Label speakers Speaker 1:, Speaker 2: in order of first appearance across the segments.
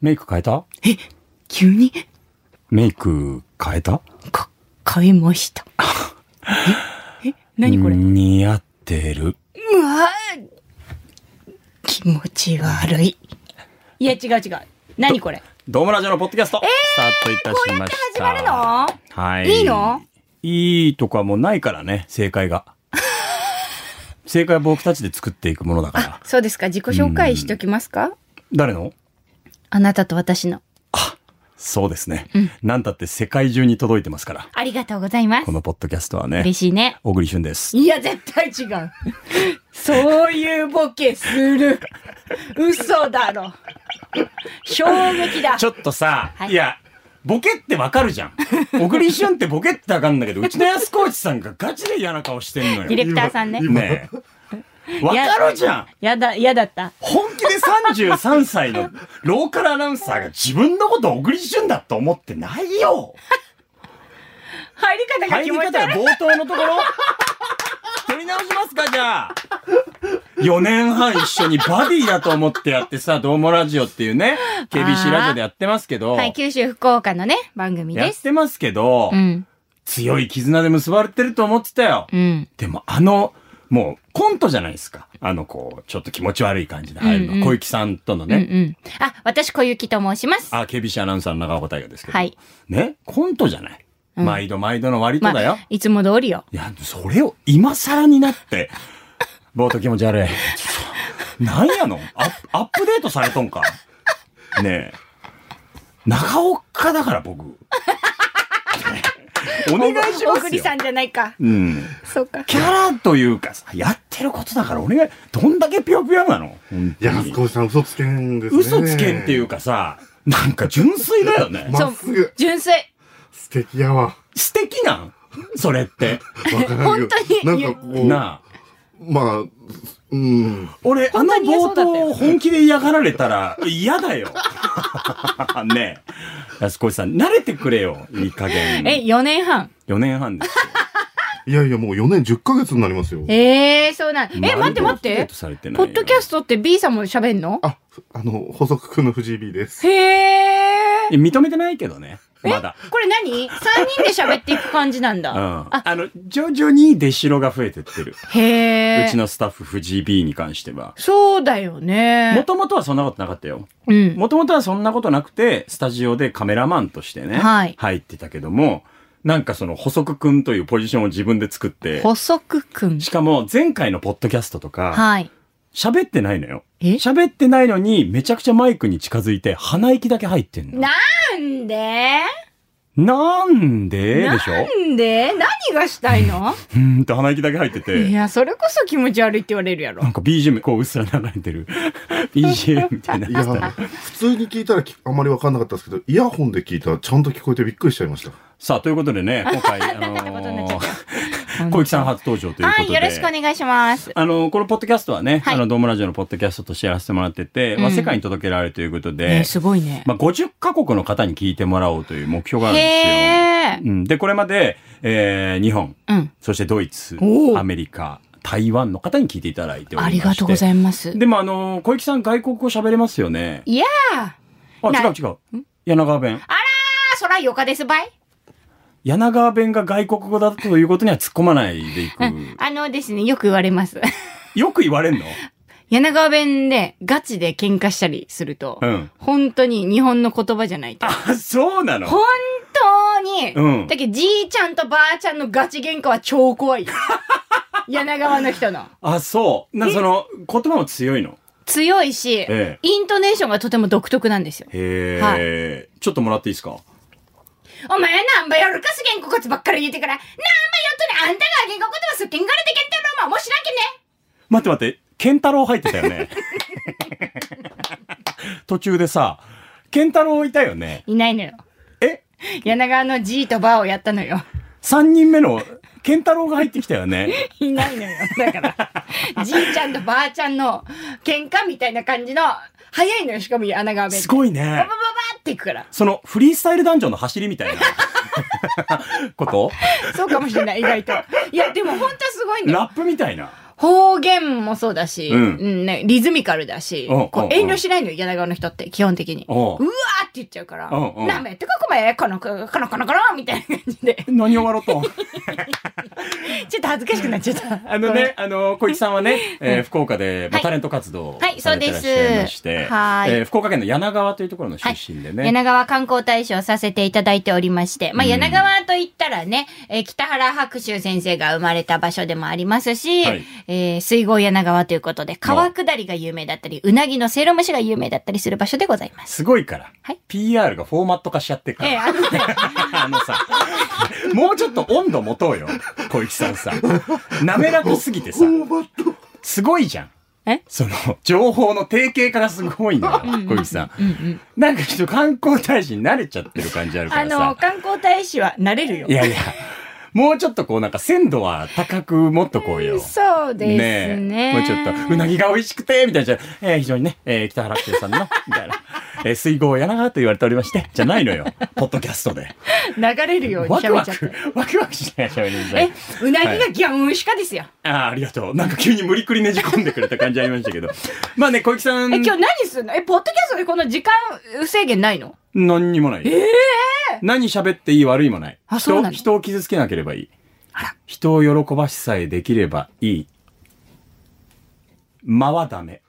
Speaker 1: メイク変えた
Speaker 2: え、急に
Speaker 1: メイク変えた
Speaker 2: か、変えました。え、え、何これ
Speaker 1: 似合ってる。
Speaker 2: うわー気持ち悪い。いや、違う違う。何これ
Speaker 1: ドームラジオのポッドキャスト、スタートいたし
Speaker 2: こうや
Speaker 1: ま
Speaker 2: って
Speaker 1: し
Speaker 2: 始
Speaker 1: た。
Speaker 2: まるの
Speaker 1: はい。
Speaker 2: いいの
Speaker 1: いいとかもうないからね、正解 が。正解は僕たちで作っていくものだから。
Speaker 2: そうですか。自己紹介しときますか
Speaker 1: 誰の
Speaker 2: あなたと私の。
Speaker 1: そうですね。なんたって世界中に届いてますから。
Speaker 2: ありがとうございま
Speaker 1: こ
Speaker 2: す。
Speaker 1: のポッドキャストはね
Speaker 2: 嬉。しいね。
Speaker 1: 小栗旬です。
Speaker 2: いや、絶対違う。そういうボケする。嘘だろ。衝撃だ。
Speaker 1: ちょっとさ、
Speaker 2: はい
Speaker 1: い、や、ボケってわかるじゃん。小栗旬ってボケってわかんだけど、うちの安河内さんがガチで嫌な顔してんのよ。
Speaker 2: ディレクターさんね。
Speaker 1: ねえ。わかるじゃん
Speaker 2: やだ、やだった。
Speaker 1: 本気で33歳のローカルアナウンサーが自分のことを小栗旬だと思ってないよ
Speaker 2: 入り方が
Speaker 1: 入
Speaker 2: 気
Speaker 1: り
Speaker 2: 持ち
Speaker 1: 方
Speaker 2: 悪。
Speaker 1: はい冒頭のところ取り直しますかじゃあ4年半一緒にバディだと思ってやってさ「どうもラジオ」っていうね KBC ラジオでやってますけど、
Speaker 2: はい、九州福岡のね、番組
Speaker 1: や
Speaker 2: で
Speaker 1: っ
Speaker 2: す。
Speaker 1: てますけど、
Speaker 2: うん。
Speaker 1: 強い絆で結ばれてると思ってたよ、
Speaker 2: うん。
Speaker 1: でもあのもうコントじゃないですかあのこうちょっと気持ち悪い感じで入るの、
Speaker 2: うんうん
Speaker 1: 小雪さんとの
Speaker 2: うんう
Speaker 1: ね、
Speaker 2: ん。あ、私、小雪と申します。
Speaker 1: あ、KBC アナウンサーの長岡大河ですけど。
Speaker 2: はい
Speaker 1: ねコントじゃない。
Speaker 2: うん
Speaker 1: 毎度毎度の割とだよ。
Speaker 2: あ、いつも通りよ。
Speaker 1: いや、それを今更になって、冒頭気持ち悪い。ちょなんやのアップアップデートされとんかねえ。長岡だから 僕。ねえお願いしま
Speaker 2: 小
Speaker 1: す
Speaker 2: 栗
Speaker 1: よ
Speaker 2: さ。んじゃないか。
Speaker 1: うん。
Speaker 2: そうか。
Speaker 1: キャラというかさ、やってることだからお願い。どんだけぴよぴよなの本
Speaker 3: いや、
Speaker 1: 当
Speaker 3: 安
Speaker 1: に
Speaker 3: 越さん嘘つけんですね。
Speaker 1: 嘘つけんっていうかさ、なんか純粋だよね。
Speaker 3: まっすぐ。
Speaker 2: 純粋。
Speaker 3: 素敵やわ。わ
Speaker 1: 素敵なんそれって。
Speaker 3: からんよ
Speaker 2: 本当に
Speaker 3: なんかこう、
Speaker 1: なあ。
Speaker 3: まあ、うん。
Speaker 1: 俺、あ
Speaker 2: ん
Speaker 1: の
Speaker 2: なに嫌そ
Speaker 1: 冒
Speaker 2: うだったよ
Speaker 1: 頭を本気で嫌がられたら嫌だ よ。ねえ。安越さん、慣れてくれよ。いい加減。
Speaker 2: え、4年半。
Speaker 1: 4年半です
Speaker 3: いやいや、もう4年10ヶ月になりますよ。
Speaker 2: ええー、そうな
Speaker 1: よ。
Speaker 2: ん。え、待って待って。ポッドキャス
Speaker 1: ト。
Speaker 2: トって B さんも喋んの
Speaker 3: あ、あの、補足くんの藤井 B です。
Speaker 2: へ
Speaker 1: い
Speaker 2: ー。
Speaker 1: や認めてないけどね。まだ。
Speaker 2: これ何 ?3 人で喋っていく感じなん だ。
Speaker 1: うん。あ
Speaker 2: あ、
Speaker 1: の、徐々に出しろが増えてってる。
Speaker 2: へー。
Speaker 1: うちのスタッフ、藤井 B に関しては。
Speaker 2: そうだよ
Speaker 1: も
Speaker 2: ね。
Speaker 1: ともとはそんなことなかったよ。
Speaker 2: うん。
Speaker 1: もともとはそんなことなくて、スタジオでカメラマンとしてね、
Speaker 2: はい
Speaker 1: 入ってたけども、なんかその補足くんというポジションを自分で作って、
Speaker 2: 補足くん。
Speaker 1: しかも前回のポッドキャストとか、
Speaker 2: はい。
Speaker 1: 喋ってないのよ。
Speaker 2: え
Speaker 1: 喋ってないのに、めちゃくちゃマイクに近づいて、鼻息だけ入ってんの。
Speaker 2: なんで
Speaker 1: なんででしょ
Speaker 2: なんで何がしたいの
Speaker 1: うーんと鼻息だけ入って
Speaker 2: い
Speaker 1: て、
Speaker 2: や、それこそ気持ち悪いって言われるやろ
Speaker 1: な。んか BGM こううっすら流れ てる。BGM みたい
Speaker 3: い
Speaker 1: な。
Speaker 3: や、普通に聞いたらきあまりわかんなかったですけど、イヤホンで聞いたらちゃんと聞こえてびっくりしちゃいました。
Speaker 1: さあ、ということでね、今回、あの
Speaker 2: なんてことになっちゃっ
Speaker 1: ー
Speaker 2: たよ
Speaker 1: 小雪さん初登場ということ
Speaker 2: は
Speaker 1: で。
Speaker 2: い、よろしくお願いします。
Speaker 1: あの、このポッドキャストはね、
Speaker 2: はい
Speaker 1: あの、ドームラジオのポッドキャストとしてやらせてもらってて、まあ、
Speaker 2: うん
Speaker 1: 世界に届けられるということで、
Speaker 2: ねすごいね。
Speaker 1: まあ、50カ国の方に聞いてもらおうという目標があるんで
Speaker 2: へ
Speaker 1: す
Speaker 2: ー。
Speaker 1: よ。うん、で、これまで、えー、日本、
Speaker 2: うん。
Speaker 1: そしてドイツ
Speaker 2: お、ー
Speaker 1: アメリカ、台湾の方に聞いていただいておりま
Speaker 2: あ
Speaker 1: して
Speaker 2: りがとうございます。
Speaker 1: でも、あの、小雪さん外国語喋れますよね。
Speaker 2: いやー。あ、
Speaker 1: あ、
Speaker 2: な
Speaker 1: 違う違う。柳川弁。
Speaker 2: そらよかですばい。
Speaker 1: 柳川弁が外国語だということには突っ込まないでいく。
Speaker 2: あのですね、よく言われます。
Speaker 1: よく言われんの
Speaker 2: 柳川弁でガチで喧嘩したりすると、
Speaker 1: うん
Speaker 2: 本当に日本の言葉じゃないと。
Speaker 1: あ、そうなの
Speaker 2: 本当に、
Speaker 1: うん
Speaker 2: だけどじいちゃんとばあちゃんのガチ喧嘩は超 怖いよ。柳川の人の。
Speaker 1: あ、そう。な、その、言葉も強いの。
Speaker 2: 強いし、
Speaker 1: ええ
Speaker 2: イントネーションがとても独特なんですよ。
Speaker 1: へえ、ちょっともらっていいですか
Speaker 2: お前なんばやるかすげんここつばっかり言ってから、なんばよっとにあんたがあげんこことはすっけんがれてけんたろ、まあ、もしなきゃね。
Speaker 1: 待って待って、ケンタロウ入ってたよね。途中でさ、ケンタロウいたよね。
Speaker 2: いないのよ。
Speaker 1: え
Speaker 2: 柳川のじいとばあをやった のよ。
Speaker 1: 三人目のケンタロウが入ってきたよね。
Speaker 2: いないのよ。だから、じいちゃんとばあちゃんの喧嘩みたいな感じの、早いのよ、しかも柳川弁。
Speaker 1: すごい
Speaker 2: バ
Speaker 1: ね
Speaker 2: ババ。バっていくから。
Speaker 1: そのフリースタイルダンジョンの走りみたいなこと
Speaker 2: そうかもしれない、意外と。いや、でも本当はすごいんだよ。
Speaker 1: ラップみたいな。
Speaker 2: 方言もそうだし、
Speaker 1: うん
Speaker 2: うんね、リズミカルだし、
Speaker 1: うん
Speaker 2: こ
Speaker 1: う
Speaker 2: うん遠慮しないのよ、柳川の人って、基本的に。うわ
Speaker 1: おう
Speaker 2: ーって言っちゃうから、
Speaker 1: うんうん
Speaker 2: なめてかこめ、この、この、この、この、みたいな感じで、
Speaker 1: 何を笑うとん
Speaker 2: ちょっと恥ずかしくなっちゃった。
Speaker 1: あの
Speaker 2: ごめん
Speaker 1: ね、、あの、小池さんはね、えー福岡で、ま
Speaker 2: は
Speaker 1: あ、
Speaker 2: い
Speaker 1: タレント活動を
Speaker 2: はい
Speaker 1: されてらっしゃいまして、
Speaker 2: そうですはい
Speaker 1: えー福岡県の柳川というところの出身でね、
Speaker 2: 柳川観光大使をさせていただいておりまして、まあ、
Speaker 1: うん
Speaker 2: 柳川といったらね、えー北原白秋先生が生まれた場所でもありますし、
Speaker 1: はい
Speaker 2: えー水郷柳川ということで、川下りが有名だったり、うなぎのせいろ蒸しが有名だったりする場所でございます。
Speaker 1: すごいから、
Speaker 2: はい
Speaker 1: PR がフォーマット化しちゃってるから、
Speaker 2: ええ あのね
Speaker 1: あのさ、 もうちょっと温度持とうよ、小池さんさ。滑らかすぎてさ、
Speaker 3: おーまっと
Speaker 1: すごいじゃん。
Speaker 2: え
Speaker 1: その、情報の定型化がすごいのよ、小池さん。なんかちょっと観光大使に慣れちゃってる感じあるか
Speaker 2: あ
Speaker 1: ら
Speaker 2: の、
Speaker 1: さ。
Speaker 2: 観光大使は慣れるよ
Speaker 1: い。やいや、もうちょっとこうなんか鮮度は高く持っとこうよ。
Speaker 2: そうですね。
Speaker 1: えもうちょっと、うなぎが美味しくて、みたいな、えー非常にね、えー北原久さんの、みたいな、えー水郷柳川と言われておりまして、じゃないのよ、ポッドキャストで。
Speaker 2: 流れるように
Speaker 1: ワク
Speaker 2: 喋
Speaker 1: ワ
Speaker 2: っちゃった
Speaker 1: ク。、ワクワクしながら喋りなさ
Speaker 2: え
Speaker 1: い。、
Speaker 2: うなぎがギャンウシカですよ。
Speaker 1: ああ、ありがとう。なんか急に無理くりねじ込んでくれた感じありました けど。まあね、小池さん
Speaker 2: え、、今日何すんのえ、ポッドキャストでこの時間制限ないの
Speaker 1: 何にもない。ええ何喋っていい悪いもない。
Speaker 2: あ
Speaker 1: 人
Speaker 2: そうなの
Speaker 1: 人を傷つけなければいい。人を喜ばしさえできればいい。間はダメ。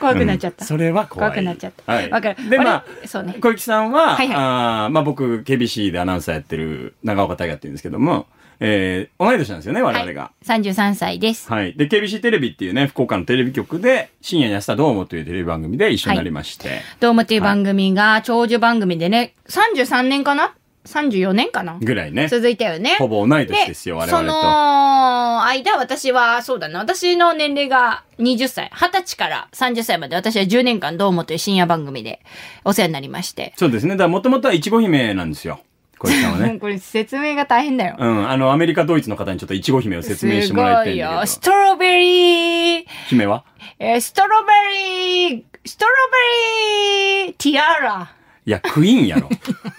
Speaker 2: 怖くなっちゃった。
Speaker 1: うんそれは怖い。
Speaker 2: 怖くなっちゃった
Speaker 1: はい。
Speaker 2: わかる
Speaker 1: で、
Speaker 2: あれ
Speaker 1: まあ、
Speaker 2: そうね
Speaker 1: 小池さんは、
Speaker 2: はいはい
Speaker 1: あーまあ僕、KBC でアナウンサーやってる長岡大河って言うんですけども、えー、同い年なんですよね、我々が。
Speaker 2: はい、33歳です。
Speaker 1: はい。で、KBC テレビっていうね、福岡のテレビ局で、深夜に朝どうもというテレビ番組で一緒になりまして。
Speaker 2: どうもっていう番組が長寿番組でね、33年かな ?34 年かな
Speaker 1: ぐらいね。
Speaker 2: 続いたよね。
Speaker 1: ほぼ同い年ですよ、我々
Speaker 2: そ
Speaker 1: と。
Speaker 2: の間、私は、そうだな、私の年齢が20歳、20歳から30歳まで、私は10年間どうもという深夜番組でお世話になりまして。
Speaker 1: そうですね。だからもともとはいちご姫なんですよ。小池さんは
Speaker 2: も
Speaker 1: ね
Speaker 2: う。これ説明が大変だよ。
Speaker 1: うん。あの、アメリカ、ドイツの方にちょっといちご姫を説明してもらいたいんだけ
Speaker 2: す
Speaker 1: ど。
Speaker 2: ごいよ。ストロベリー、
Speaker 1: 姫は
Speaker 2: えーストロベリー、ストロベリー、ティア ラ。
Speaker 1: いや、クイーンやろ。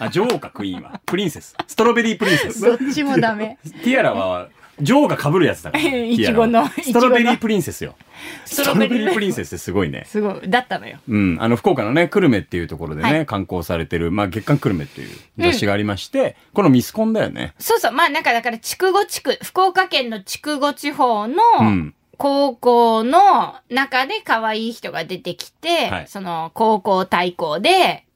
Speaker 1: あ、女王か、クイーンは。プリンセス。ストロベリープリンセス。
Speaker 2: どっちもダメ。
Speaker 1: ティアラは、女王が被るやつ だから。
Speaker 2: いちご
Speaker 1: ティアラは
Speaker 2: の
Speaker 1: ストロベリープリンセスよ。
Speaker 2: ス
Speaker 1: ス
Speaker 2: ト
Speaker 1: ト
Speaker 2: ロ
Speaker 1: ロ
Speaker 2: ベ
Speaker 1: ベ
Speaker 2: リー
Speaker 1: リープリンセスってすごいね。
Speaker 2: すごい、だったのよ。
Speaker 1: うん。あの、福岡のね、久留米っていうところでね、
Speaker 2: は
Speaker 1: 観光されてる、まあ、月刊久留米っていう雑誌がありまして、このミスコンだよね。
Speaker 2: そうそう、まあなんかだから、筑後地区、福岡県の筑後地方の
Speaker 1: うん、
Speaker 2: 高校の中で可愛い人が出てきて、
Speaker 1: はい
Speaker 2: その高校対抗で、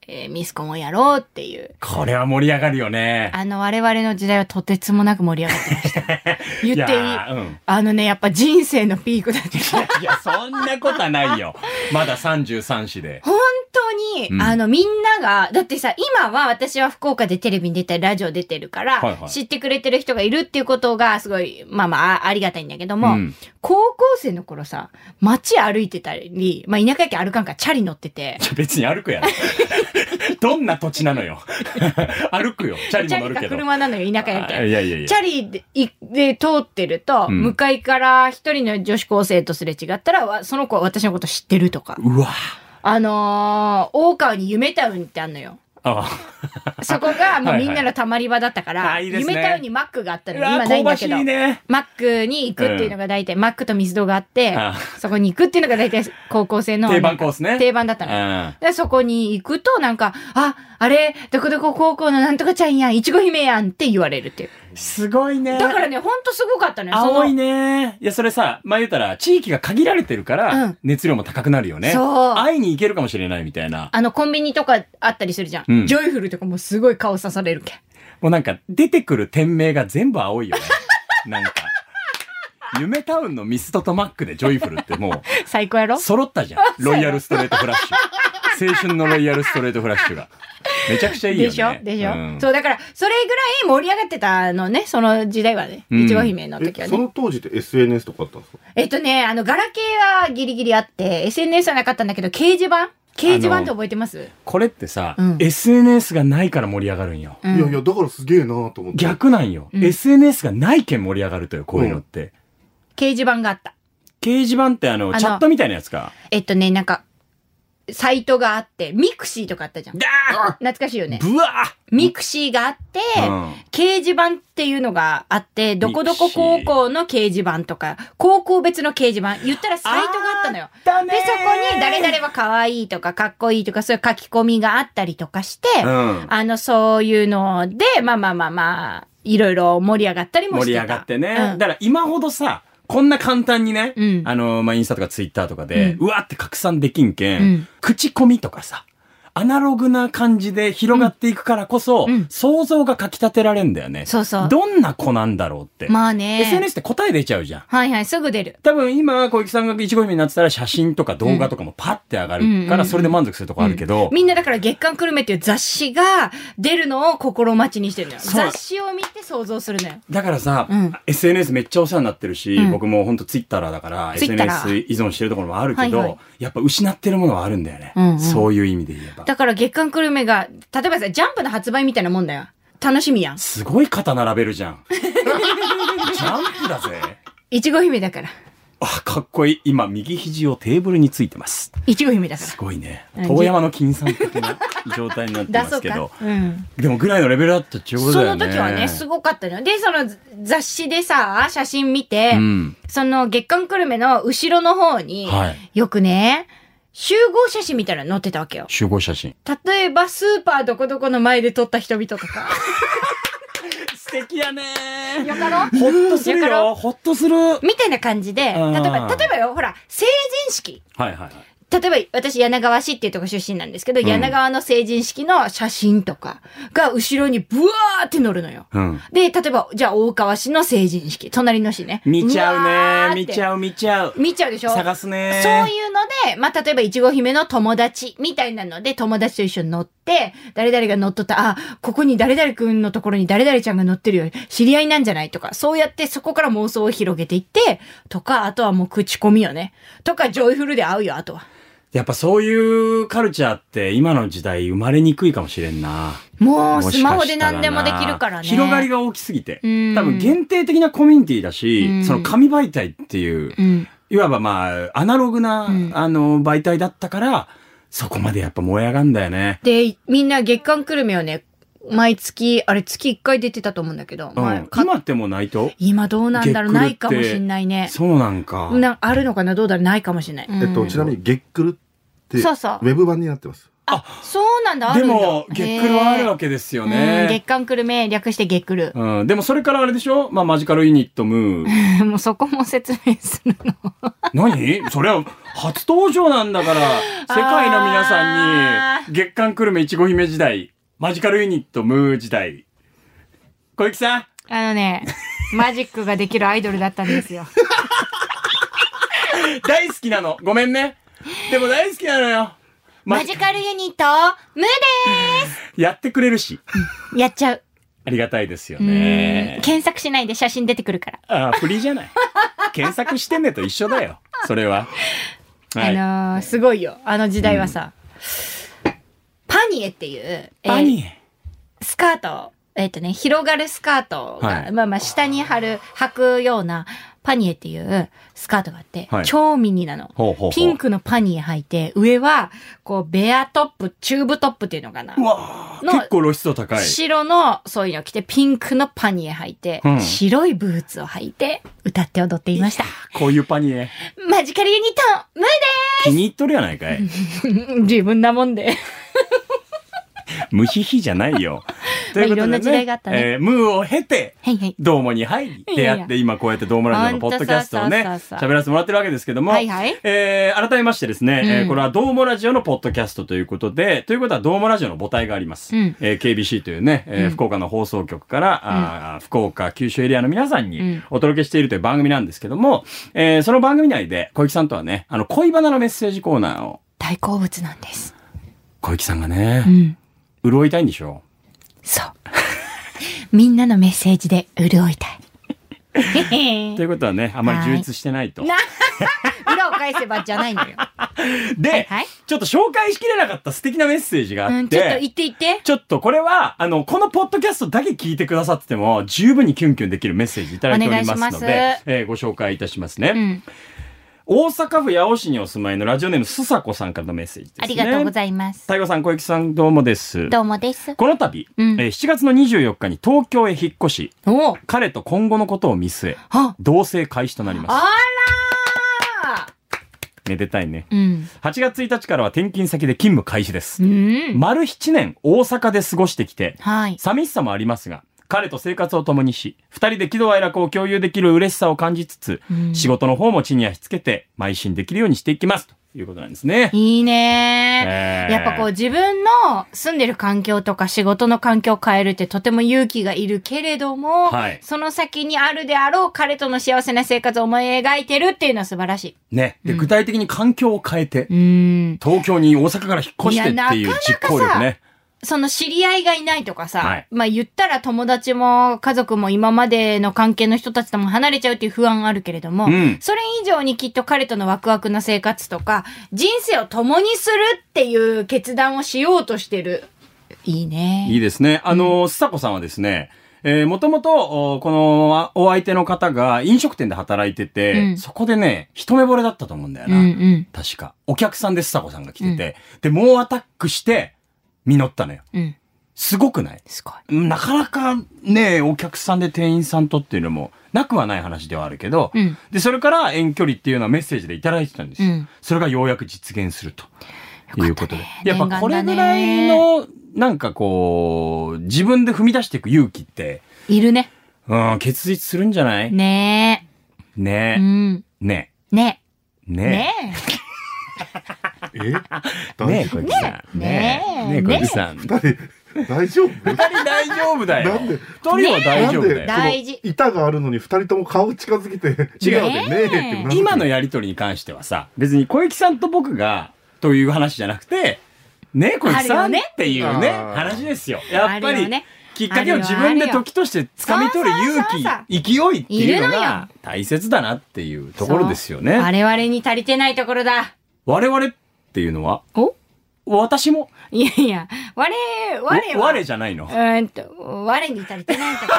Speaker 2: えーミスコンをやろうっていう。
Speaker 1: これは盛り上がるよね。
Speaker 2: あの、我々の時代はとてつもなく盛り上がって ました。言っていい
Speaker 1: やーうん。
Speaker 2: あのね、やっぱ人生のピークだった。
Speaker 1: いや、そんなことはないよ。まだ33子で。
Speaker 2: 本当に、
Speaker 1: うん
Speaker 2: あの、みんなが、だってさ、今は私は福岡でテレビに出たり、ラジオ出てるから、
Speaker 1: はいはい
Speaker 2: 知ってくれてる人がいるっていうことが、すごい、まあまあ、あありがたいんだけども、
Speaker 1: うん
Speaker 2: 高校生の頃さ、街歩いてたり、まあ、田舎駅歩かんからチャリ乗ってて、
Speaker 1: いや別に歩く やろ。どんな土地なのよ。 歩くよ。チャリ
Speaker 2: チ
Speaker 1: も乗
Speaker 2: ャリ
Speaker 1: る
Speaker 2: か
Speaker 1: けど。
Speaker 2: 車なのよ、田舎駅。
Speaker 1: あいやいやいや
Speaker 2: チ。ャリでいで通ってると、
Speaker 1: うん
Speaker 2: 向かいから一人の女子高生とすれ違ったら、わその子は私のこと知ってるとか。
Speaker 1: うわ。
Speaker 2: あのー、大川に夢タウンってあんのよ。
Speaker 1: あ
Speaker 2: そこがも
Speaker 1: は
Speaker 2: う
Speaker 1: いはい
Speaker 2: みんなのたまり場だったから、
Speaker 1: あいいですね
Speaker 2: 夢タウンにマックがあった
Speaker 1: あ。
Speaker 2: の
Speaker 1: う
Speaker 2: よ今
Speaker 1: わ、
Speaker 2: な
Speaker 1: 香
Speaker 2: いんだ
Speaker 1: ば
Speaker 2: け
Speaker 1: し
Speaker 2: ど。
Speaker 1: いね。
Speaker 2: マックに行くっていうのが大体、マックと水道があって
Speaker 1: あ、
Speaker 2: そこに行くっていうのが大体高校生の
Speaker 1: 定番コースね。
Speaker 2: 定番だったのよ。
Speaker 1: 番。
Speaker 2: で、そこに行くと、なんか、あ、あれ、どこどこ高校のなんとかちゃんやん、いちご姫やんって言われるっていう。
Speaker 1: うん。すごいね。
Speaker 2: だからね、ほんとすごかったのよ。その
Speaker 1: 青いね。いや、それさ、まあ、言うたら、地域が限られてるか
Speaker 2: う
Speaker 1: ら
Speaker 2: ん、
Speaker 1: 熱量も高くなるよね。
Speaker 2: そう
Speaker 1: 会いに行けるかもしれないみたいな。
Speaker 2: あの、コンビニとかあったりするじゃん。
Speaker 1: うん
Speaker 2: ジョイフルとかもすごい顔刺されるけん。
Speaker 1: もうなんか、出てくる店名が全部青いよ ね。なんか。夢タウンのミストとマックでジョイフルっても
Speaker 2: 最高やろ
Speaker 1: う、揃ったじゃん。ロイヤルストレートフラッシュ。青春のロイヤルストレートフラッシュが。めちゃくちゃいいよね。
Speaker 2: でしょでしょ、
Speaker 1: うん
Speaker 2: そう、だから、それぐらい盛り上がってたのね、その時代はね。
Speaker 1: うん
Speaker 2: いちご姫の時
Speaker 3: え
Speaker 2: は
Speaker 3: そ
Speaker 2: ね。
Speaker 3: の当時って SNS とかあったんですか
Speaker 2: えっとね、あの、ガラケーはギリギリあって、SNS はなかったんだけど、掲示板掲示板って覚えてます
Speaker 1: これってさ、
Speaker 2: うん
Speaker 1: SNS がないから盛り上がるんよ。
Speaker 2: うん
Speaker 3: いやいや、だからすげえなと思って。
Speaker 1: 逆なんよ。
Speaker 2: うん
Speaker 1: SNS がないけん盛り上がるとよ、こういうのって。
Speaker 2: 掲示板があった。
Speaker 1: 掲示板ってあの、
Speaker 2: の
Speaker 1: チャットみたいなやつか。
Speaker 2: えっとね、なんか、サイトがあって、ミクシーとかあったじゃん。
Speaker 1: だ
Speaker 2: 懐かしいよね。
Speaker 1: ーぶわ
Speaker 2: ミクシーがあって、
Speaker 1: ー、
Speaker 2: 掲示板っていうのがあって、どこどこ高校の掲示板とか、高校別の掲示板、言ったらサイトがあったのよ。
Speaker 1: だ
Speaker 2: で、そこに誰々は可愛いとか、かっこいいとか、そういう書き込みがあったりとかして、
Speaker 1: うん。
Speaker 2: あの、そういうので、まあまあまあまあ、いろいろ盛り上がったりも
Speaker 1: 盛
Speaker 2: して
Speaker 1: り
Speaker 2: た。
Speaker 1: 上がってね。
Speaker 2: うん
Speaker 1: だから今ほどさ、こんな簡単にね、
Speaker 2: うん
Speaker 1: あの、まあ、インスタとかツイッターとかで、う
Speaker 2: う
Speaker 1: わって拡散できんけん、
Speaker 2: うん
Speaker 1: 口コミとかさ、アナログな感じで広がっていくからこそ、
Speaker 2: うんうん
Speaker 1: 想像がかき立てられんだよね。
Speaker 2: そうそう
Speaker 1: どんな子なんだろうって。
Speaker 2: まあね。
Speaker 1: SNS って答え出ちゃうじゃん。
Speaker 2: はいはい、すぐ出る。
Speaker 1: 多分今、小池さんが一ゴミになってたら写真とか動画とかもパッて上がるか
Speaker 2: うん
Speaker 1: ら、それで満足するとこあるけど、
Speaker 2: みんなだから月刊久留米っていう雑誌が出るのを心待ちにしてるのよ。
Speaker 1: そうなの
Speaker 2: 雑誌を見て想像するのよ。
Speaker 1: だからさ、
Speaker 2: うん
Speaker 1: SNS めっちゃお世話になってるし、
Speaker 2: うん
Speaker 1: 僕もほんとツイッターだから、
Speaker 2: ツイッター
Speaker 1: SNS 依存してるところもあるけど、
Speaker 2: はいはい
Speaker 1: やっぱ失ってるものはあるんだよね。
Speaker 2: うんうん
Speaker 1: そういう意味で言えば。
Speaker 2: だから月刊久留米が、例えばさ、ジャンプの発売みたいなもんだよ。楽しみやん。
Speaker 1: すごい肩並べるじゃ ん。ジャンプだぜ。
Speaker 2: いちご姫だから。
Speaker 1: あ、かっこいい。今、右肘をテーブルについてます。
Speaker 2: いちご姫だか
Speaker 1: すごいね
Speaker 2: うん。
Speaker 1: 遠山の金さん的な状態になって
Speaker 2: ら。
Speaker 1: ま
Speaker 2: 出そう
Speaker 1: すけ
Speaker 2: か
Speaker 1: ど。。
Speaker 2: うん。
Speaker 1: でもぐらいのレベルだったっていうこと
Speaker 2: そ
Speaker 1: だよ
Speaker 2: の
Speaker 1: ね。
Speaker 2: 時はね、すごかったのよ。で、その雑誌でさ、写真見て、
Speaker 1: うん。
Speaker 2: その月刊久留米の後ろの方に、
Speaker 1: はい。
Speaker 2: よくね、集合写真みたいなの載ってたわけよ。
Speaker 1: 集合写真。
Speaker 2: 例えば、スーパーどこどこの前で撮った人々とか。
Speaker 1: 素敵やね
Speaker 2: よかろ
Speaker 1: ほっとする
Speaker 2: よかろ
Speaker 1: よ。ほっとする。はい
Speaker 2: みたいな感じで、例え
Speaker 1: うん
Speaker 2: ば、例えばよ、ほら、成人式。
Speaker 1: はいはい。
Speaker 2: 例えば、私、柳川市っていうとこ出身なんですけど、
Speaker 1: ん
Speaker 2: 柳川の成人式の写真とかが後ろにブワーって載るのよ。
Speaker 1: うん。
Speaker 2: で、例えば、じゃあ、大川市の成人式、隣の市ね。
Speaker 1: 見ちゃうね。見ち
Speaker 2: うわ
Speaker 1: ゃ
Speaker 2: ーって。
Speaker 1: う見ちゃう。
Speaker 2: 見ちゃうでしょ
Speaker 1: 探すね。
Speaker 2: そういうので、まあ、例えば、いちご姫の友達みたいなので、友達と一緒に乗って、誰々が乗っとった、あ、ここに誰々くんのところに誰々ちゃんが乗ってるよ、知り合いなんじゃないとか、そうやってそこから妄想を広げていって、とか、あとはもう口コミよね。とか、ジョイフルで会うよ、あとは。
Speaker 1: やっぱそういうカルチャーって今の時代生まれにくいかもしれんな。
Speaker 2: も
Speaker 1: も
Speaker 2: う、
Speaker 1: しか
Speaker 2: ス
Speaker 1: したら
Speaker 2: マ
Speaker 1: な
Speaker 2: ホで何でもできるからね。
Speaker 1: 広がりが大きすぎて。
Speaker 2: うん
Speaker 1: 多分限定的なコミュニティだ
Speaker 2: う
Speaker 1: し、
Speaker 2: ん
Speaker 1: その紙媒体っていう、
Speaker 2: うん。
Speaker 1: いわばまあ、アナログな、
Speaker 2: うん
Speaker 1: あの、媒体だったから、そこまでやっぱ燃え上がんだよね。
Speaker 2: で、みんな月刊久留米をね、毎月、あれ月1回出てたと思うんだけど、
Speaker 1: う
Speaker 2: まあ
Speaker 1: ん。
Speaker 2: か
Speaker 1: 今ってもうないと
Speaker 2: 今どうなんだろう、
Speaker 1: 月9
Speaker 2: ないかもしんないね。
Speaker 1: そうなんか。
Speaker 2: なあるのかなどうだろうないかもしれない。
Speaker 3: えっ
Speaker 2: う
Speaker 3: と、
Speaker 2: ん
Speaker 3: ちなみに、月くるって、ウ
Speaker 2: そうそう
Speaker 3: ェブ版になってます。
Speaker 2: あ、そうなんだ、あ
Speaker 1: で
Speaker 2: るんだ。
Speaker 1: も、月黒はあるわけですよ
Speaker 2: うん
Speaker 1: ね
Speaker 2: 月。刊くるめ、略して月くる。
Speaker 1: うん、でもそれからあれでしょまあ、マジカルユニットムー。
Speaker 2: もうそこも説明するの。
Speaker 1: 何それは初登場なんだから、世界の皆さんに、月刊久留米いちご姫時代、マジカルユニットムー時代。小雪さん
Speaker 2: あのね、マジックができるアイドルだったんですよ。
Speaker 1: 大好きなの。ごめんね。でも大好きなのよ。
Speaker 2: マ
Speaker 1: ま
Speaker 2: ジカルユニット、無で
Speaker 1: やってくれるし。
Speaker 2: ーすやっちゃう。
Speaker 1: ありがたいですよ
Speaker 2: うん
Speaker 1: ね。
Speaker 2: 検索しないで写真出てくるから。
Speaker 1: ああ、フリーじゃない。検索してねと一緒だよ。それは。はい。
Speaker 2: あのーすごいよ。あの時代はさ、パニエっていう、えー
Speaker 1: パニー。
Speaker 2: スカート、えっ、とね、広がるスカートが、
Speaker 1: はい
Speaker 2: まあまあ下に貼る、履くようなパニエっていうスカートがあって、
Speaker 1: はい
Speaker 2: 超ミニなの。
Speaker 1: ほうほうほう
Speaker 2: ピンクのパニエ履いて、上は、こう、ベアトップ、チューブトップっていうのかな。
Speaker 1: うわー
Speaker 2: の
Speaker 1: 結構露出度高い。
Speaker 2: 白の、そういうの着て、ピンクのパニエ履いて、
Speaker 1: うん
Speaker 2: 白いブーツを履いて、歌って踊っていました。
Speaker 1: こういうパニー。
Speaker 2: マジカルユニット、無
Speaker 1: 気に入っとるやないかい。
Speaker 2: 理 自分なもんで。
Speaker 1: 無ひひじゃない よ。ということで、ね、
Speaker 2: いろんな時代があったね
Speaker 1: えームーを経て、
Speaker 2: はいはい。
Speaker 1: どうもに入り、
Speaker 2: いやい
Speaker 1: 出
Speaker 2: や
Speaker 1: 会って、今こうやってどうもラジオのポッドキャストをね、
Speaker 2: ほんとそうそうそうそ
Speaker 1: 喋らせてもらってるわけですけども、
Speaker 2: はいはい
Speaker 1: えー改めましてですね、えー
Speaker 2: うん
Speaker 1: これはどうもラジオのポッドキャストということで、ということはどうもラジオの母体があります。
Speaker 2: うん
Speaker 1: えー KBC というね、えー
Speaker 2: うん
Speaker 1: 福岡の放送局から、あー福岡、九州エリアの皆さん
Speaker 2: う
Speaker 1: に
Speaker 2: ん
Speaker 1: お届けしているという番組なんですけども、えーその番組内で小雪さんとはね、あの恋バナのメッセージコーナーを、
Speaker 2: 大好物なんです。
Speaker 1: 小雪さんが
Speaker 2: う
Speaker 1: ね、
Speaker 2: ん。
Speaker 1: 潤いたいんでしょ
Speaker 2: そう。 みんなのメッセージで潤いたい。
Speaker 1: ということはね、あまり
Speaker 2: はい
Speaker 1: 充実してないと。
Speaker 2: な、裏を返せばじゃないのよ。
Speaker 1: で、
Speaker 2: はいはい
Speaker 1: ちょっと紹介しきれなかった素敵なメッセージがあって、
Speaker 2: うん、ちょっと言って言って。
Speaker 1: ちょっとこれは、あの、このポッドキャストだけ聞いてくださってても、十分にキュンキュンできるメッセージいただいておりますの
Speaker 2: お願い
Speaker 1: で
Speaker 2: します、
Speaker 1: えーご紹介いたしますね。
Speaker 2: うん。
Speaker 1: 大阪府八尾市にお住まいのラジオネームすさこさんからのメッセージです、ね。
Speaker 2: ありがとうございます。
Speaker 1: 太陽さん、小雪さん、どうもです。
Speaker 2: どうもです。
Speaker 1: この度、
Speaker 2: うん
Speaker 1: えー7月の24日に東京へ引っ越し、
Speaker 2: お
Speaker 1: 彼と今後のことを見据え、
Speaker 2: あ
Speaker 1: 同棲開始となります。
Speaker 2: あら
Speaker 1: めでたいね。
Speaker 2: ーうん。
Speaker 1: 8月1日からは転勤先で勤務開始です
Speaker 2: う。ん。
Speaker 1: 丸7年大阪で過ごしてきて、
Speaker 2: はい。
Speaker 1: 寂しさもありますが、彼と生活を共にし、二人で喜怒哀楽を共有できる嬉しさを感じつつ、
Speaker 2: うん
Speaker 1: 仕事の方も地に足つけて、邁進できるようにしていきます。ということなんですね。
Speaker 2: いいね
Speaker 1: えー
Speaker 2: やっぱこう自分の住んでる環境とか仕事の環境を変えるってとても勇気がいるけれども、
Speaker 1: はい
Speaker 2: その先にあるであろう彼との幸せな生活を思い描いてるっていうのは素晴らし
Speaker 1: ね。で、具体的に環境を変えて
Speaker 2: い。う、ん。
Speaker 1: 東京に大阪から引っ越してってい
Speaker 2: いうや
Speaker 1: 実行力ね。
Speaker 2: その知り合いがいないとかさ、
Speaker 1: はい
Speaker 2: まあ言ったら友達も家族も今までの関係の人たちとも離れちゃうっていう不安あるけれども、
Speaker 1: うん
Speaker 2: それ以上にきっと彼とのワクワクな生活とか、人生を共にするっていう決断をしようとしてる。いいね。
Speaker 1: いいですね。あの、すさこさんはですね、えー、もともと、おこの、あお相手の方が飲食店で働いてて、
Speaker 2: うん
Speaker 1: そこでね、一目惚れだったと思うんだよ
Speaker 2: う
Speaker 1: な。
Speaker 2: んうん
Speaker 1: 確か。お客さんでスサコさんが来てて、で、猛アタックして、実ったのよ。
Speaker 2: うん。
Speaker 1: すごくない
Speaker 2: すごい。
Speaker 1: なかなかね、お客さんで店員さんとっていうのも、なくはない話ではあるけど、
Speaker 2: うん
Speaker 1: で、それから遠距離っていうのはメッセージでいただいてたんですよ。
Speaker 2: うん
Speaker 1: それがようやく実現すると。いうことで。
Speaker 2: 念願だ
Speaker 1: や
Speaker 2: ね
Speaker 1: っぱこれぐらいの、なんかこう、自分で踏み出していく勇気って、
Speaker 2: いるね。
Speaker 1: うん、結実するんじゃない
Speaker 2: ねえ。う
Speaker 1: ね
Speaker 2: ん。
Speaker 1: え。ね
Speaker 2: ね
Speaker 1: え。
Speaker 2: え。ね
Speaker 1: ね
Speaker 2: え。
Speaker 1: え。 ねえ、小
Speaker 3: え大丈夫
Speaker 1: 池さん。
Speaker 2: ねえ
Speaker 1: ねえ、小池さん。
Speaker 3: 大丈夫
Speaker 1: 二人大丈夫だよ。
Speaker 3: なんで
Speaker 1: 二人は大丈夫だよ。
Speaker 3: なん
Speaker 2: 大事
Speaker 3: でその板があるのに二人とも顔近づけて、
Speaker 1: 違う
Speaker 3: 笑顔でねえってなる
Speaker 1: 今のやりとりに関してはさ、別に小雪さんと僕が、という話じゃなくて、ねえ、小雪さん
Speaker 2: あるよね
Speaker 1: っていうね、
Speaker 3: あー
Speaker 1: 話ですよ。やっぱ
Speaker 2: ある
Speaker 1: り
Speaker 2: よね、
Speaker 1: きっかけを自分で時として掴み取る勇
Speaker 2: そうそう
Speaker 1: 気、勢いっていうの
Speaker 2: いるの
Speaker 1: が
Speaker 2: よ
Speaker 1: 大切だなっていうところですよね。
Speaker 2: 我々に足りてないところだ。
Speaker 1: 我々っていうのは、
Speaker 2: お
Speaker 1: 私も、
Speaker 2: いやいや、我、我
Speaker 1: 我
Speaker 2: は。
Speaker 1: じゃないの
Speaker 2: う。ーんと、我に足りてないとこ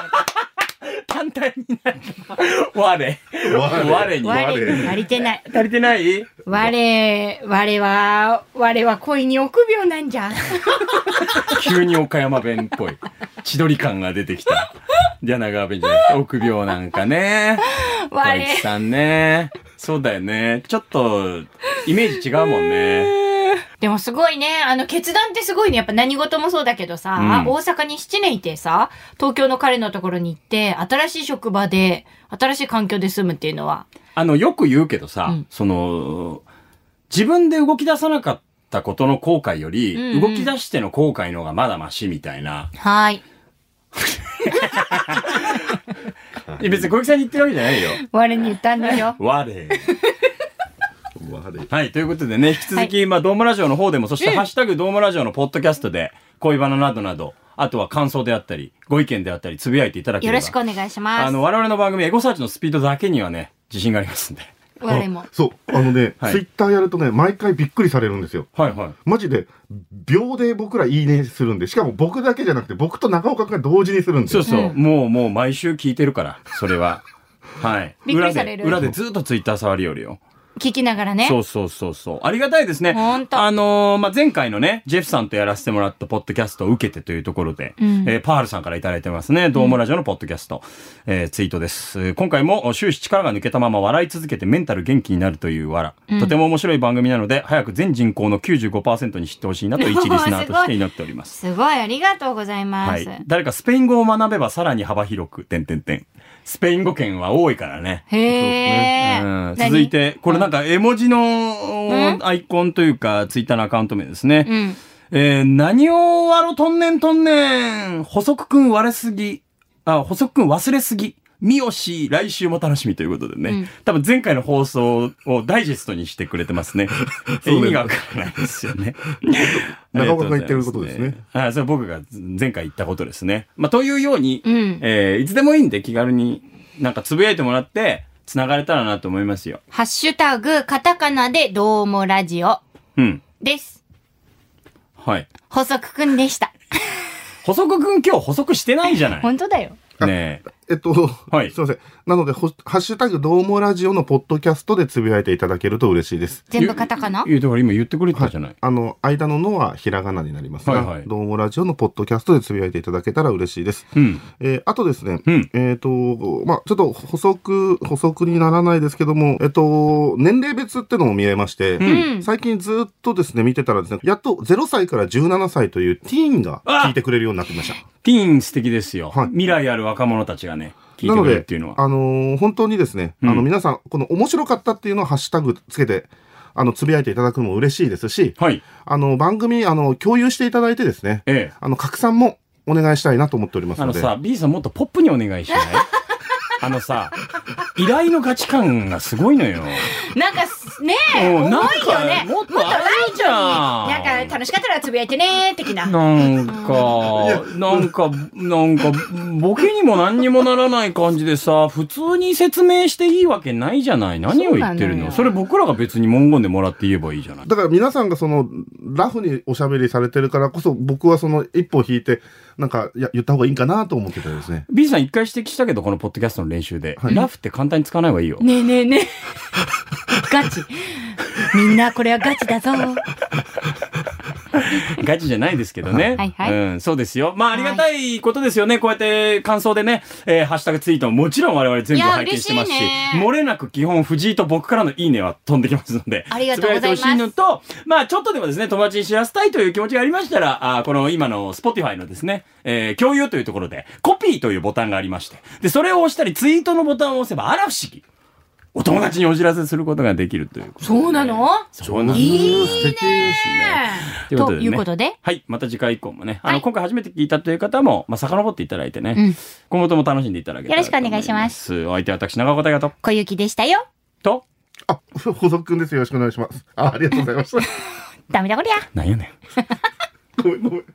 Speaker 1: 反対になる。我。
Speaker 3: 我
Speaker 1: 我に
Speaker 2: ろ。。我に足りてない。
Speaker 1: 足りてない
Speaker 2: 我、我は、我は恋に臆病なんじゃ。
Speaker 1: 急に岡山弁っぽい。千鳥感が出てきた。柳川弁じゃなくて、臆病なんかね。小
Speaker 2: 我
Speaker 1: 雪、さんね。そうだよね。ちょっと、イメージ違うもんね。
Speaker 2: でもすごいね。あの、決断ってすごいね。やっぱ何事もそうだけどさ、
Speaker 1: うん
Speaker 2: 大阪に7年いてさ、東京の彼のところに行って、新しい職場で、新しい環境で住むっていうのは。
Speaker 1: あの、よく言うけどさ、
Speaker 2: うん
Speaker 1: その、自分で動き出さなかったことの後悔より、
Speaker 2: うんうん
Speaker 1: 動き出しての後悔の方がまだマシみたいな。
Speaker 2: はい。
Speaker 1: いや別に小雪さんに言ってるわけじゃ ないよ。。
Speaker 2: 我に言ったんだよ
Speaker 1: 我。
Speaker 3: 我
Speaker 1: はい、ということでね、引き続き、まあ、ドームラジオの方でも、そして、ハッシュタグドームラジオのポッドキャストで、恋バナなどなど、あとは感想であったり、ご意見であったり、つぶやいていただけれ
Speaker 2: よ
Speaker 1: ば。
Speaker 2: ろしくお願いしま
Speaker 1: あ
Speaker 2: す
Speaker 1: の、。我々の番組、エゴサーチのスピードだけにはね、自信がありますんで。
Speaker 2: 我も。
Speaker 3: そう、あのね、
Speaker 1: はい
Speaker 3: ツイッターやるとね、毎回びっくりされるんですよ。
Speaker 1: はいはい。
Speaker 3: マジで、秒で僕らいいねするんで、しかも僕だけじゃなくて、僕と長岡くんが同時にするんです
Speaker 1: そう
Speaker 3: よ。
Speaker 1: そう、
Speaker 2: うん
Speaker 1: もう、もう、毎週聞いてるから、それは。はい。
Speaker 2: びっくりされる
Speaker 1: 裏で、裏でずっとツイッター触りよるよ。
Speaker 2: 聞きながらね。
Speaker 1: そうそうそうそう。ありがたいですね。
Speaker 2: ほんと
Speaker 1: あのーまあ、前回のね、ジェフさんとやらせてもらったポッドキャストを受けてというところで、
Speaker 2: うん
Speaker 1: えーパールさんからいただいてますね。ドームラジオのポッドキャスト、えーツイートです。えー今回も終始力が抜けたまま笑い続けてメンタル元気になるというわら。とても面白い番組なので、早く全人口の95%に知ってほしいなと一リスナーとして祈っております。
Speaker 2: すごい、ありがとうございま
Speaker 1: は
Speaker 2: す。
Speaker 1: い。誰かスペイン語を学べばさらに幅広く、点点点。スペイン語圏は多いからね。
Speaker 2: へ
Speaker 1: うん
Speaker 2: ー。
Speaker 1: 続いて、これなんか絵文字の
Speaker 2: ん
Speaker 1: アイコンというか、ツイッターのアカウント名ですね。
Speaker 2: 何。うん。
Speaker 1: えー何をわろとんねんとんねん補足くん割れすぎ。あ、補足くん忘れすぎ。三好、来週も楽しみということでね。
Speaker 2: うん
Speaker 1: 多分前回の放送をダイジェストにしてくれて ますね。
Speaker 3: うね
Speaker 1: 意味がわからないですよね。
Speaker 3: 長岡が言ってることです
Speaker 1: あ
Speaker 3: ね
Speaker 1: りがとうございます。あ、それ僕が前回言ったことですね。まあ、というように、
Speaker 2: うん
Speaker 1: えーいつでもいいんで気軽になんかつぶやいてもらって、繋がれたらなと思いますよ。
Speaker 2: ハッシュタグ、カタカナで、どうもラジオ
Speaker 1: うん。
Speaker 2: です。
Speaker 1: はい。
Speaker 2: 補足くんでした。
Speaker 1: 補足くん今日補足してないじゃない。
Speaker 2: 本当だよ。
Speaker 1: ねえ。
Speaker 3: えっと、
Speaker 1: はい
Speaker 3: すいません。なので、ほハッシュタグ、どうもラジオのポッドキャストでつぶやいていただけると嬉しいです。
Speaker 2: 全部カタカナ
Speaker 1: いや、だから今言ってくれてたじゃない。
Speaker 3: あの、間ののはひらがなになりますが、
Speaker 1: はいはい
Speaker 3: どうもラジオのポッドキャストでつぶやいていただけたら嬉しいです。
Speaker 1: うん。
Speaker 3: えーあとですね、
Speaker 1: うん
Speaker 3: えっ、と、まあ、ちょっと補足、補足にならないですけども、えっ、と、年齢別ってのも見えまして、
Speaker 2: うん
Speaker 3: 最近ずっとですね、見てたらですね、やっと0歳から17歳というティーンが聞いてくれるようになってきました。
Speaker 1: ティーン素敵ですよ。
Speaker 3: はい
Speaker 1: 未来ある若者たちがね、聞いてくれるっていうのは。
Speaker 3: なので、あのー本当にですね、
Speaker 1: うん
Speaker 3: あの、皆さん、この面白かったっていうのをハッシュタグつけて、あの、つぶやいていただくのも嬉しいですし、
Speaker 1: はい。
Speaker 3: あの、番組、あの、共有していただいてですね、
Speaker 1: ええ。
Speaker 3: あの、拡散もお願いしたいなと思っておりま
Speaker 1: あ
Speaker 3: すの
Speaker 1: の
Speaker 3: で。
Speaker 1: さ、B さんもっとポップにお願いしないあのさ、依頼のガチ感がすごいのよ。
Speaker 2: なんかす、ねえ、
Speaker 1: うん
Speaker 2: 重い
Speaker 1: なん
Speaker 2: よね。
Speaker 1: かもっとあるじゃん
Speaker 2: なんか、楽しかったらつぶやいてね、的な。
Speaker 1: なんか、なんか、なんか、ボケにも何にもならない感じでさ、普通に説明していいわけないじゃない。何を言ってる
Speaker 2: そうなの
Speaker 1: の
Speaker 2: よ
Speaker 1: それ僕らが別に文言でもらって言えばいいじゃない。
Speaker 3: だから皆さんがその、ラフにおしゃべりされてるからこそ、僕はその一歩引いて、なんか、いや、言った方がいいかなと思ってたんですね。
Speaker 1: B さん一回指摘したけど、このポッドキャストの練習で。ラフって簡単に使わない方がいい よ。
Speaker 2: ねえね えねえ。ガチ。みんな、これはガチだぞ。
Speaker 1: ガチじゃないですけどね。
Speaker 2: はいはい
Speaker 1: うん、そうですよ。まあ、ありがたいことですよね。こうやって感想でね、えーハッシュタグツイートももちろん我々全部
Speaker 2: いや
Speaker 1: 拝見してますし、
Speaker 2: 嬉しいね
Speaker 1: 漏れなく基本藤井と僕からのいいねは飛んできますので、
Speaker 2: ありがとうございます
Speaker 1: つぶやてほしいのと、まあ、ちょっとでもですね、友達に知らせたいという気持ちがありましたら、あーこの今の Spotify のですね、えー共有というところで、コピーというボタンがありまして、で、それを押したり、ツイートのボタンを押せば、あら不思議。お友達にお知らせすることができるということで
Speaker 2: そうなの
Speaker 1: そうなんです
Speaker 2: いい
Speaker 3: 素敵です
Speaker 2: ね
Speaker 1: ということ
Speaker 2: と
Speaker 1: でね
Speaker 2: いうことで、
Speaker 1: はい。また次回以降もね。あの、
Speaker 2: はい
Speaker 1: 今回初めて聞いたという方も、まあ、遡っていただいてね。
Speaker 2: うん
Speaker 1: 今後とも楽しんでいただけたらと思。
Speaker 2: よろしくお願いします
Speaker 1: お相手は私、長岡大和と。
Speaker 2: 小雪でしたよ。
Speaker 1: と。
Speaker 3: あ、補足くんですよ。よろしくお願いします。あ、ありがとうございました。
Speaker 2: ダメだこりゃ。
Speaker 1: なんやねん。
Speaker 3: ごめんごめん。